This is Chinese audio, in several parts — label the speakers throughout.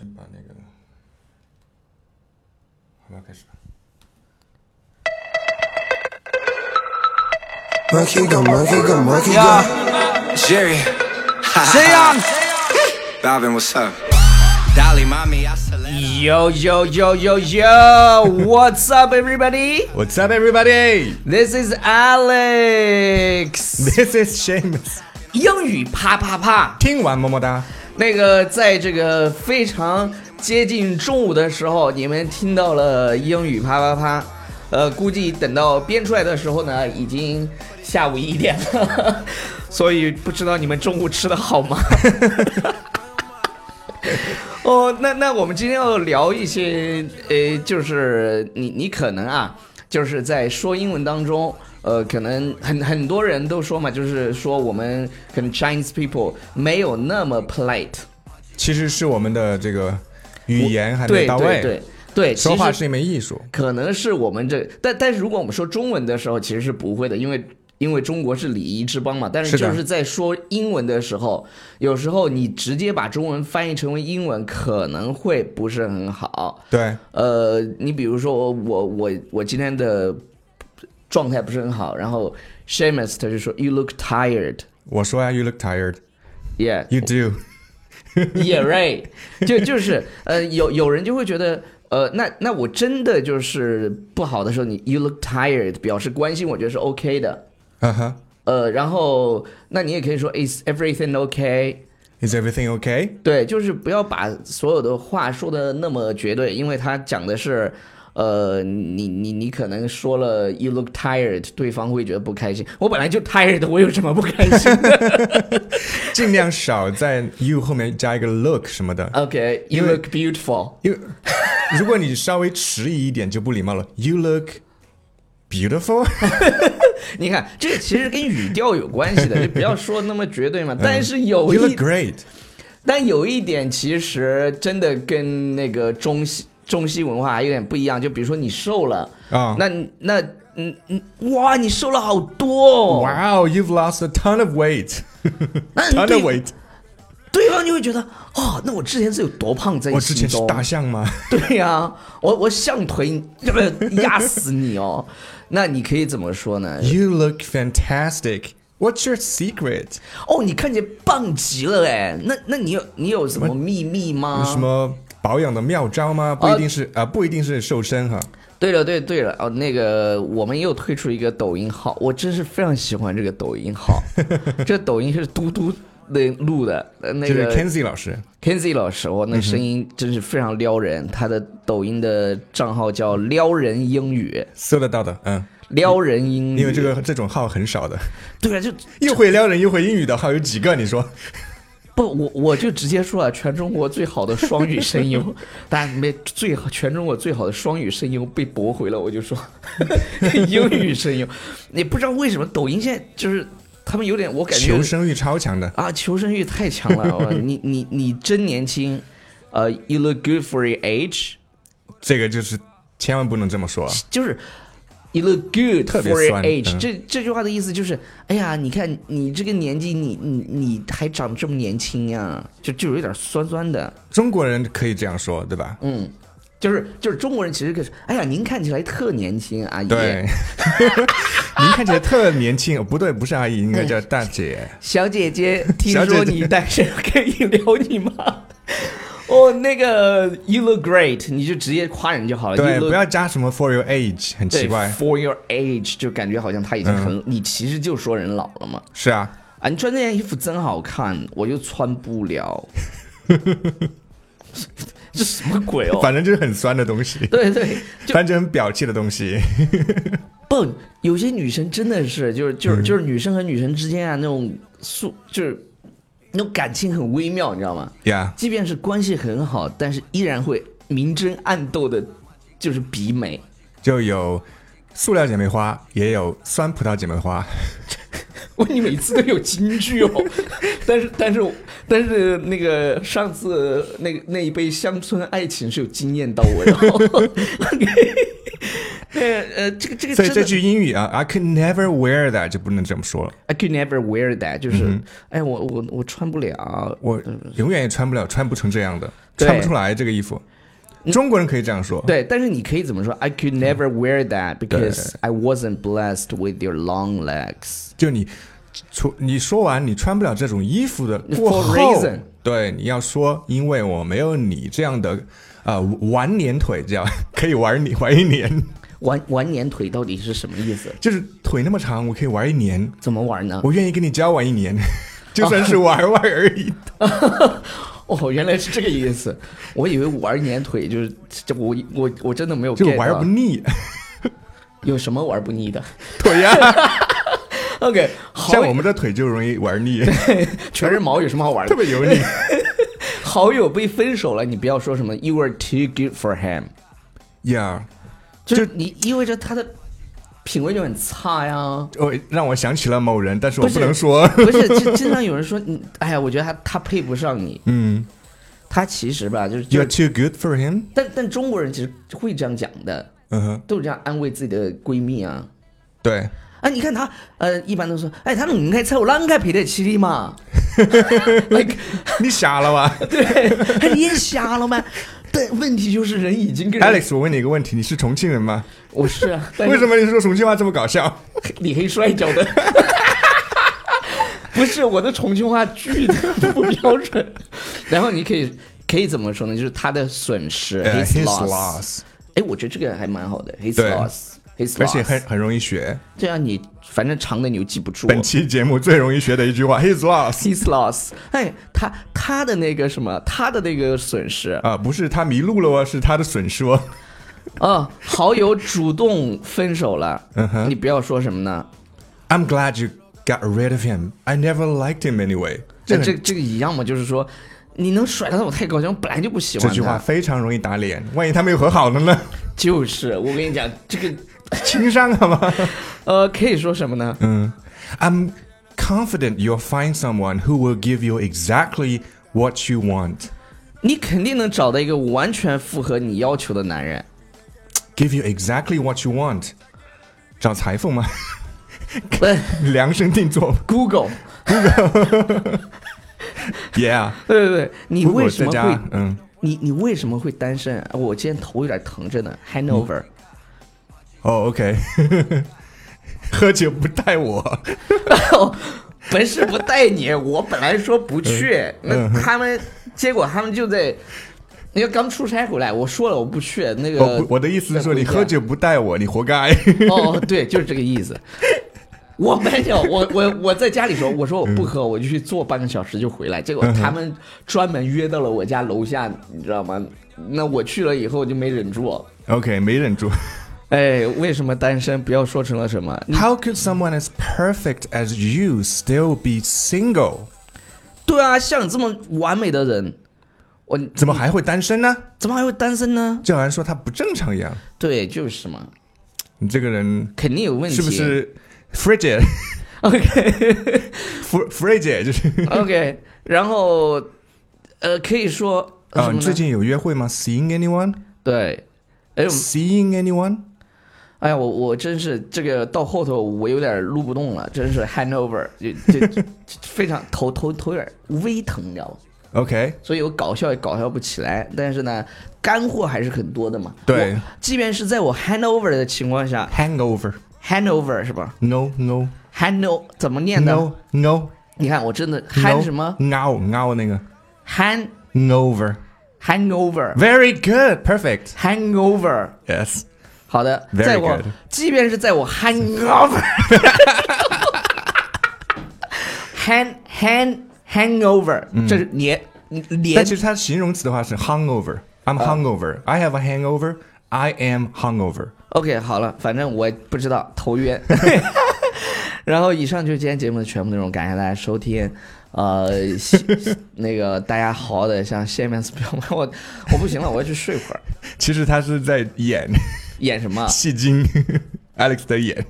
Speaker 1: 先把那个，好吧，开始吧。
Speaker 2: Mágica, mágica, mágica.
Speaker 3: Jerry.
Speaker 4: Damn!
Speaker 3: Bobbin, what's up? Dolly, mommy, I said.
Speaker 4: Yo yo yo yo yo! What's up, everybody?
Speaker 1: What's up, everybody?
Speaker 4: This is Alex.
Speaker 1: This is James。
Speaker 4: 英语啪啪啪！
Speaker 1: 听完么么哒。
Speaker 4: 那个，在这个非常接近中午的时候，你们听到了英语啪啪啪。呃，估计等到编出来的时候呢，已经下午一点了， 所以不知道你们中午吃的好吗？ 哦，那那我们今天要聊一些，呃，就是你你可能啊，就是在说英文当中，呃，可能很很多人都说嘛，就是说我们可能 Chinese people 没有那么 polite，
Speaker 1: 其实是我们的这个语言还没
Speaker 4: 对
Speaker 1: 到
Speaker 4: 对
Speaker 1: 位，
Speaker 4: 对对，
Speaker 1: 说话
Speaker 4: 其实
Speaker 1: 是一门艺术。
Speaker 4: 可能是我们这，但但是如果我们说中文的时候，其实是不会的，因为因为中国是礼仪之邦嘛。但是
Speaker 1: 是的
Speaker 4: 就是在说英文的时候，有时候你直接把中文翻译成为英文，可能会不是很好。
Speaker 1: 对，
Speaker 4: 呃，你比如说我我我我今天的状态不是很好，然后 Shamus 他就说 You look tired。
Speaker 1: 我说呀，You look tired.
Speaker 4: Yeah,
Speaker 1: You do.
Speaker 4: yeah, right 就就是呃，有有人就会觉得，呃，那那我真的就是不好的时候，你 you look tired 表示关心，我觉得是 OK 的。
Speaker 1: 嗯哼。
Speaker 4: 呃，然后那你也可以说 is everything OK？
Speaker 1: Is everything okay?
Speaker 4: 对，就是不要把所有的话说的那么绝对，因为他讲的是，呃，你你你可能说了 you look tired，对方会觉得不开心。我本来就 tired，我有什么不开心的
Speaker 1: 尽量少在 you 后面加一个 look 什么
Speaker 4: Uh。
Speaker 1: 的，
Speaker 4: ？OK，you、
Speaker 1: 因为
Speaker 4: look beautiful。
Speaker 1: 因为 如果你稍微迟疑一点就不礼貌了。You look beautiful.
Speaker 4: 你看，这个其实跟语调有关系的，就不要说那么绝对嘛。但是有
Speaker 1: 嗯 You look
Speaker 4: 一，
Speaker 1: great.
Speaker 4: 但有一点其实真的跟那个中西中西文化还有点不一样。就比如说你瘦了，
Speaker 1: 啊
Speaker 4: 那那嗯嗯，哇，你瘦了好多哦，
Speaker 1: Wow, you've lost a ton of weight.
Speaker 4: 那
Speaker 1: Ton
Speaker 4: 对
Speaker 1: of weight.
Speaker 4: 对方就会觉得，哦，那我之前是有多胖在
Speaker 1: 我之
Speaker 4: 心
Speaker 1: 前是
Speaker 4: 中？
Speaker 1: 大象吗？
Speaker 4: 对呀、我我象腿要不要压死你哦？ 那你可以怎么说呢？
Speaker 1: You look fantastic. What's your secret？、
Speaker 4: 哦，你看起来棒极了哎，那那你有你有什么秘密吗？
Speaker 1: 什么保养的妙招吗？不一定是啊、呃不一定是瘦身哈。
Speaker 4: 对了，对对了，哦，那个我们又推出一个抖音号，我真是非常喜欢这个抖音 号。这抖音是嘟嘟的录的，呃那
Speaker 1: 就是嗯
Speaker 4: 个
Speaker 1: Kenzie 老师
Speaker 4: Kenzie 老师，哇，那声音真是非常撩人。他的抖音的账号叫“撩人英语
Speaker 1: 搜得到的，嗯，”，
Speaker 4: 撩人英语。
Speaker 1: 因为这个这种号很少的，
Speaker 4: 对啊，就
Speaker 1: 又会撩人又会英语的号有几个？你说？
Speaker 4: 不我我就直接说啊，全中国最好的双语声优， 大家没最好全中国最好的双语声优被驳回了，我就说 英语声优，你不知道为什么抖音现在就是他们有点，我感觉
Speaker 1: 求生欲超强的，
Speaker 4: 啊，求生欲太强了！哇你你你真年轻，呃、y o u look good for your age，
Speaker 1: 这个就是千万不能这么说。啊
Speaker 4: 就是 you look good
Speaker 1: 特别
Speaker 4: for your
Speaker 1: 酸
Speaker 4: age，、
Speaker 1: 嗯
Speaker 4: 这这句话的意思就是，哎呀，你看你这个年纪，你你你还长这么年轻呀、就就有点酸酸的，
Speaker 1: 中国人可以这样说，对吧？
Speaker 4: 嗯，就是就是中国人其实可是，哎呀，您看起来特年轻，啊阿姨，
Speaker 1: 对， 您看起来特年轻，哦不对，不是阿姨，应该叫大姐。
Speaker 4: 小姐姐，听
Speaker 1: 小姐
Speaker 4: 说
Speaker 1: 姐
Speaker 4: 你单身，可以聊你吗？ 哦，那个 you look great，你就直接夸人就好了。
Speaker 1: 对，
Speaker 4: you look
Speaker 1: 不要加什么 for your age，很
Speaker 4: 对
Speaker 1: 奇怪。嗯
Speaker 4: For your age，就感觉好像他已经很，你其实就说人老了嘛。
Speaker 1: 是啊，
Speaker 4: 啊，你穿这件衣服真好看，我又穿不了。 这什么鬼哦？
Speaker 1: 反正就是很酸的东西。
Speaker 4: 对对，就
Speaker 1: 反正很表气的东 西，
Speaker 4: 不，有些女生真的是，就是就是就是女生和女生之间啊，那种素就是那种感情很微妙，你知道吗？
Speaker 1: 呀、
Speaker 4: 即便是关系很好，但是依然会明争暗斗的，就是比美。
Speaker 1: 就有塑料姐妹花，也有酸葡萄姐妹花。
Speaker 4: 哇，你每次都有金句哦， 但是但是但是那个上次 那个那一杯乡村爱情是有惊艳到我的、哦。呃呃，这个这个
Speaker 1: 所
Speaker 4: 真
Speaker 1: 以
Speaker 4: 的
Speaker 1: 这句英语啊，I could never wear that 就不能这么说了，
Speaker 4: I could never wear that，就是、
Speaker 1: 嗯
Speaker 4: 哎，我我我穿不了。
Speaker 1: 我永远也穿不了，穿不成这样的，
Speaker 4: 对嗯
Speaker 1: 穿不出来这个衣服。中国人可以这样说，
Speaker 4: 对，但是你可以怎么说？I could
Speaker 1: 嗯
Speaker 4: never wear that because I wasn't blessed with your long legs。
Speaker 1: 就你除你说完你穿不了这种衣服的
Speaker 4: For
Speaker 1: 过后
Speaker 4: reason，
Speaker 1: 对，你要说因为我没有你这样的呃玩年腿，这样 可以玩你玩一年，
Speaker 4: 玩玩年腿到底是什么意思？
Speaker 1: 就是腿那么长，我可以玩一年，
Speaker 4: 怎么玩呢？
Speaker 1: 我愿意跟你交往一年， 就算是玩玩而 已。
Speaker 4: 哦，原来是这个意思。我以为玩年腿就是这，我我我真的没有
Speaker 1: 就
Speaker 4: get
Speaker 1: 玩
Speaker 4: 到
Speaker 1: 不腻，
Speaker 4: 有什么玩不腻的
Speaker 1: 腿呀、
Speaker 4: ？OK，好
Speaker 1: 像我们的腿就容易玩腻，
Speaker 4: 全是毛，有什么好 玩
Speaker 1: 特
Speaker 4: 的？
Speaker 1: 别油腻。
Speaker 4: 好友被分手了，你不要说什么 “you were too good for him”，
Speaker 1: 呀，
Speaker 4: 就是你意味着他的品味就很差呀。
Speaker 1: 哦，让我想起了某人，但是我
Speaker 4: 不是
Speaker 1: 不能说。
Speaker 4: 不是，就经常有人说你，哎呀，我觉得他他配不上你。
Speaker 1: 嗯
Speaker 4: 他其实吧，就是就
Speaker 1: ，You're too good for him。
Speaker 4: 但但中国人其实会这样讲的，
Speaker 1: 嗯哼，
Speaker 4: 都这样安慰自己的闺蜜啊。
Speaker 1: 对，
Speaker 4: 啊，你看他，呃，一般都说，哎，他能开车，我啷个陪得起你 嘛？like，
Speaker 1: 你傻了吧
Speaker 4: 对，你也瞎了吗？但问题就是人已经跟人
Speaker 1: ？Alex，我问你一个问题，你是重庆人吗？
Speaker 4: 我是啊，但是
Speaker 1: 为什么你说重庆话这么搞笑？
Speaker 4: 李黑摔跤 的。不是我的重庆话巨的不标 准，然后你可以可以怎么说呢？就是他的损失
Speaker 1: 呃
Speaker 4: his
Speaker 1: his
Speaker 4: loss
Speaker 1: loss。
Speaker 4: 哎，我觉得这个还蛮好的，his
Speaker 1: 对
Speaker 4: loss，his loss。
Speaker 1: 而且很很容易学。
Speaker 4: 这样你反正长的你又记不住。
Speaker 1: 本期节目最容易学的一句话，his loss。
Speaker 4: his loss，哎，他他的那个什么，他的那个损失啊、
Speaker 1: 啊，不是他迷路了哦，是他的损失哦。
Speaker 4: 啊好友主动分手了，
Speaker 1: 嗯哼
Speaker 4: 你不要说什么呢？
Speaker 1: I'm glad you got rid of him. I never liked him anyway
Speaker 4: 这
Speaker 1: 很
Speaker 4: 这这个一样嘛，就是说你能甩他，我太高兴，我本来就不喜欢
Speaker 1: 这
Speaker 4: 他。
Speaker 1: 句话非常容易打脸，万一他们又和好 了呢？
Speaker 4: 就是我跟你讲，这个
Speaker 1: 情商 好吗？
Speaker 4: 呃，可以说什么呢？
Speaker 1: 嗯，I'm confident you'll find someone who will give you exactly what you want,
Speaker 4: 你肯定能找到一个完全符合你要求的男人。
Speaker 1: give you exactly what you want。找裁缝吗？
Speaker 4: 不
Speaker 1: 量身定做
Speaker 4: ，Google，
Speaker 1: ，Yeah。
Speaker 4: 对对对，你
Speaker 1: 如
Speaker 4: 为
Speaker 1: 果
Speaker 4: 什
Speaker 1: 在
Speaker 4: 么
Speaker 1: 家
Speaker 4: 会，
Speaker 1: 嗯，
Speaker 4: 你你为什么会单身？啊我今天头有点疼着呢，hangover。
Speaker 1: 嗯哦，OK、o k 喝酒不带我， 嗯
Speaker 4: 哦，本是不带你，我本来说不去，
Speaker 1: 嗯
Speaker 4: 那他们结果他们就在，因为刚出差回来，我说了我不去，那个
Speaker 1: 哦我不我的意思是说，你喝酒不带我，你活该。
Speaker 4: 哦，对，就是这个意思。 我没有，我我我在家里说，我说我不喝，我就去坐半个小时就回来。结
Speaker 1: 嗯
Speaker 4: 果他们专门约到了我家楼下，你知道吗？那我去了以后就没忍住。
Speaker 1: OK，没忍住。
Speaker 4: 哎，为什么单身？不要说成了什么？你
Speaker 1: How could someone as perfect as you still be single？
Speaker 4: 对啊，像你这么完美的人，我
Speaker 1: 怎么还会单身呢？
Speaker 4: 怎么还会单身呢？
Speaker 1: 就好像说他不正常一样。
Speaker 4: 对，就是嘛，
Speaker 1: 你这个人
Speaker 4: 肯定有问题。
Speaker 1: 是不是 f r i d g e
Speaker 4: ？OK
Speaker 1: f r i d g e 就是。
Speaker 4: OK，然后呃，可以说什
Speaker 1: 啊、
Speaker 4: 么呢
Speaker 1: 你最近有约会吗？Seeing anyone？Seeing
Speaker 4: 对，哎我们
Speaker 1: anyone？
Speaker 4: 哎呀，我我真是这个到后头我有点撸不动了，真是 hangover，就就就非常头头头有点微疼，你知道吗？
Speaker 1: OK，
Speaker 4: 所以我搞笑也搞笑不起来，但是呢，干货还是很多的嘛。
Speaker 1: 对
Speaker 4: 我，即便是在我 hangover 的情况下
Speaker 1: hangover。
Speaker 4: ，hangover 是吧
Speaker 1: No no
Speaker 4: ？hango 怎么念呢
Speaker 1: no no
Speaker 4: 你看我真的
Speaker 1: no
Speaker 4: 憨什么
Speaker 1: Ngao ngao 那个
Speaker 4: 憨
Speaker 1: over。
Speaker 4: hangover
Speaker 1: Very good, perfect.
Speaker 4: hangover。
Speaker 1: Yes.
Speaker 4: 好的，
Speaker 1: Very
Speaker 4: 在我
Speaker 1: good
Speaker 4: 即便是在我 hangover hang hang hangover，、这是连连
Speaker 1: 嗯但其实它形容词的话是 hungover.
Speaker 4: Oh
Speaker 1: I'm hungover. I have a hangover. I am hungover.
Speaker 4: OK 好了，反正我不知道头 晕。然后以上就是今天节目的全部内容，感谢大家收听。 呃，希那个大家好好的像下面表白我我不行了，我要去睡会儿。
Speaker 1: 其实他是在演
Speaker 4: 演什么？
Speaker 1: 戏精 ，Alex 在演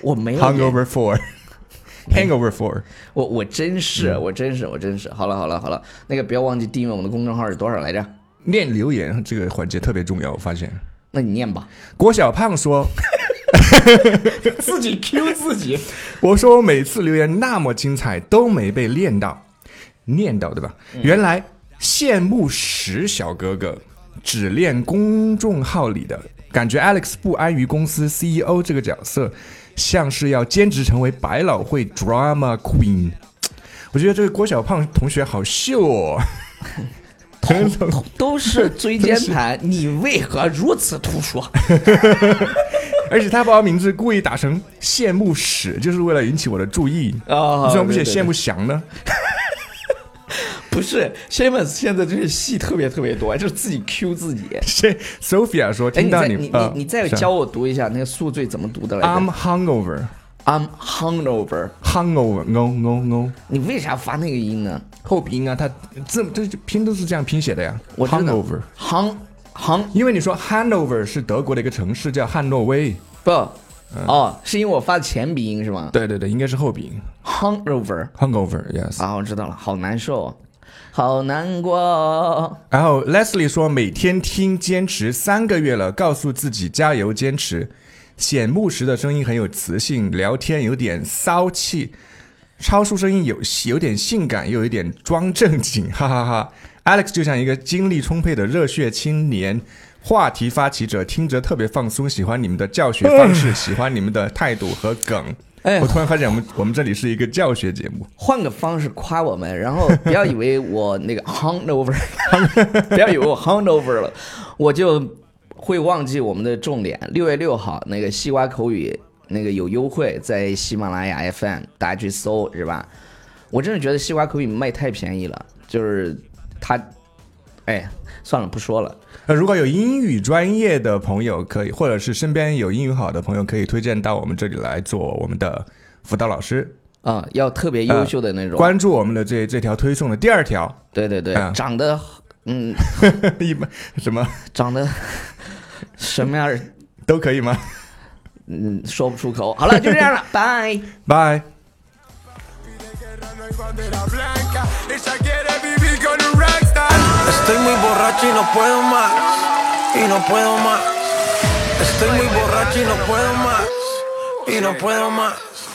Speaker 4: 我没 有演
Speaker 1: Hungover Four。Hangover Four，
Speaker 4: 我我真是我真是我真是。好了好了好了，那个不要忘记订阅我们的公众号是多少来着？
Speaker 1: 念留言这个环节特别重要，我发现
Speaker 4: 那你念吧，
Speaker 1: 郭小胖说
Speaker 4: 自己 Q 自己。：“
Speaker 1: 我说我每次留言那么精彩，都没被练到，念到对吧？原来羡慕石小哥哥只练公众号里的，感觉 Alex 不安于公司 CEO 这个角色，像是要兼职成为百老汇 drama queen。”我觉得这个郭小胖同学好秀哦，
Speaker 4: 都是椎间盘，你为何如此突出？啊
Speaker 1: 而且他把我名字故意打成羡慕史，就是为了引起我的注意。
Speaker 4: 哦
Speaker 1: 你怎么不写
Speaker 4: 对对对
Speaker 1: 羡慕翔呢？
Speaker 4: 不是 Shamus 现在就是戏特别特别多，就是自己 Q 自己。
Speaker 1: 谁？Sophia 说
Speaker 4: 哎，
Speaker 1: 听
Speaker 4: 你
Speaker 1: 到
Speaker 4: 再你
Speaker 1: 呃
Speaker 4: 你再
Speaker 1: 是啊
Speaker 4: 教我读一下那个宿醉怎么读的来着
Speaker 1: I'm hungover,
Speaker 4: ？I'm hungover。
Speaker 1: hungover, no no no。
Speaker 4: 你为啥发那个音呢？
Speaker 1: 后鼻音啊，它字这拼都是这样拼写的呀。
Speaker 4: 我知道
Speaker 1: hungover，
Speaker 4: hung hung
Speaker 1: 因为你说 Hanover 是德国的一个城市，叫汉诺威。
Speaker 4: 不哦，是因为我发的前鼻音是吗
Speaker 1: 对对对，应该是后鼻音。
Speaker 4: ？hungover
Speaker 1: hungover，yes。
Speaker 4: 啊，我知道了，好难受哦，好难过。
Speaker 1: 然后 Leslie 说，每天听坚持三个月了，告诉自己加油坚持。显木石的声音很有磁性，聊天有点骚气，超叔声音有有点性感，又有点装正经，哈哈哈 Alex 就像一个精力充沛的热血青年，话题发起者，听着特别放松，喜欢你们的教学方式，喜欢你们的态度和梗。
Speaker 4: 哎
Speaker 1: 我突然发现我们我们这里是一个教学节目，
Speaker 4: 换个方式夸我们，然后不要以为我那个 hungover，不要以为我 hungover 了，我就会忘记我们的重点。六月六号那个西瓜口语那个有优惠，在喜马拉雅 FM，大家去搜是吧？我真的觉得西瓜口语卖太便宜了，就是它，哎，算了不说了。
Speaker 1: 呃，如果有英语专业的朋友可以，或者是身边有英语好的朋友，可以推荐到我们这里来做我们的辅导老师。
Speaker 4: 啊、要特别优秀的那种，
Speaker 1: 呃关注我们的这这条推送的第二条，
Speaker 4: 对对对，
Speaker 1: 嗯
Speaker 4: 长得，嗯，
Speaker 1: 一般什么
Speaker 4: 长得 什么样儿，
Speaker 1: 都可以吗？
Speaker 4: 嗯，说不出口。好了，就这样了，拜。
Speaker 1: 拜。
Speaker 2: Estoy muy borracho y no puedo más. Y no puedo más. Estoy muy borracho y no puedo más. Y no puedo más.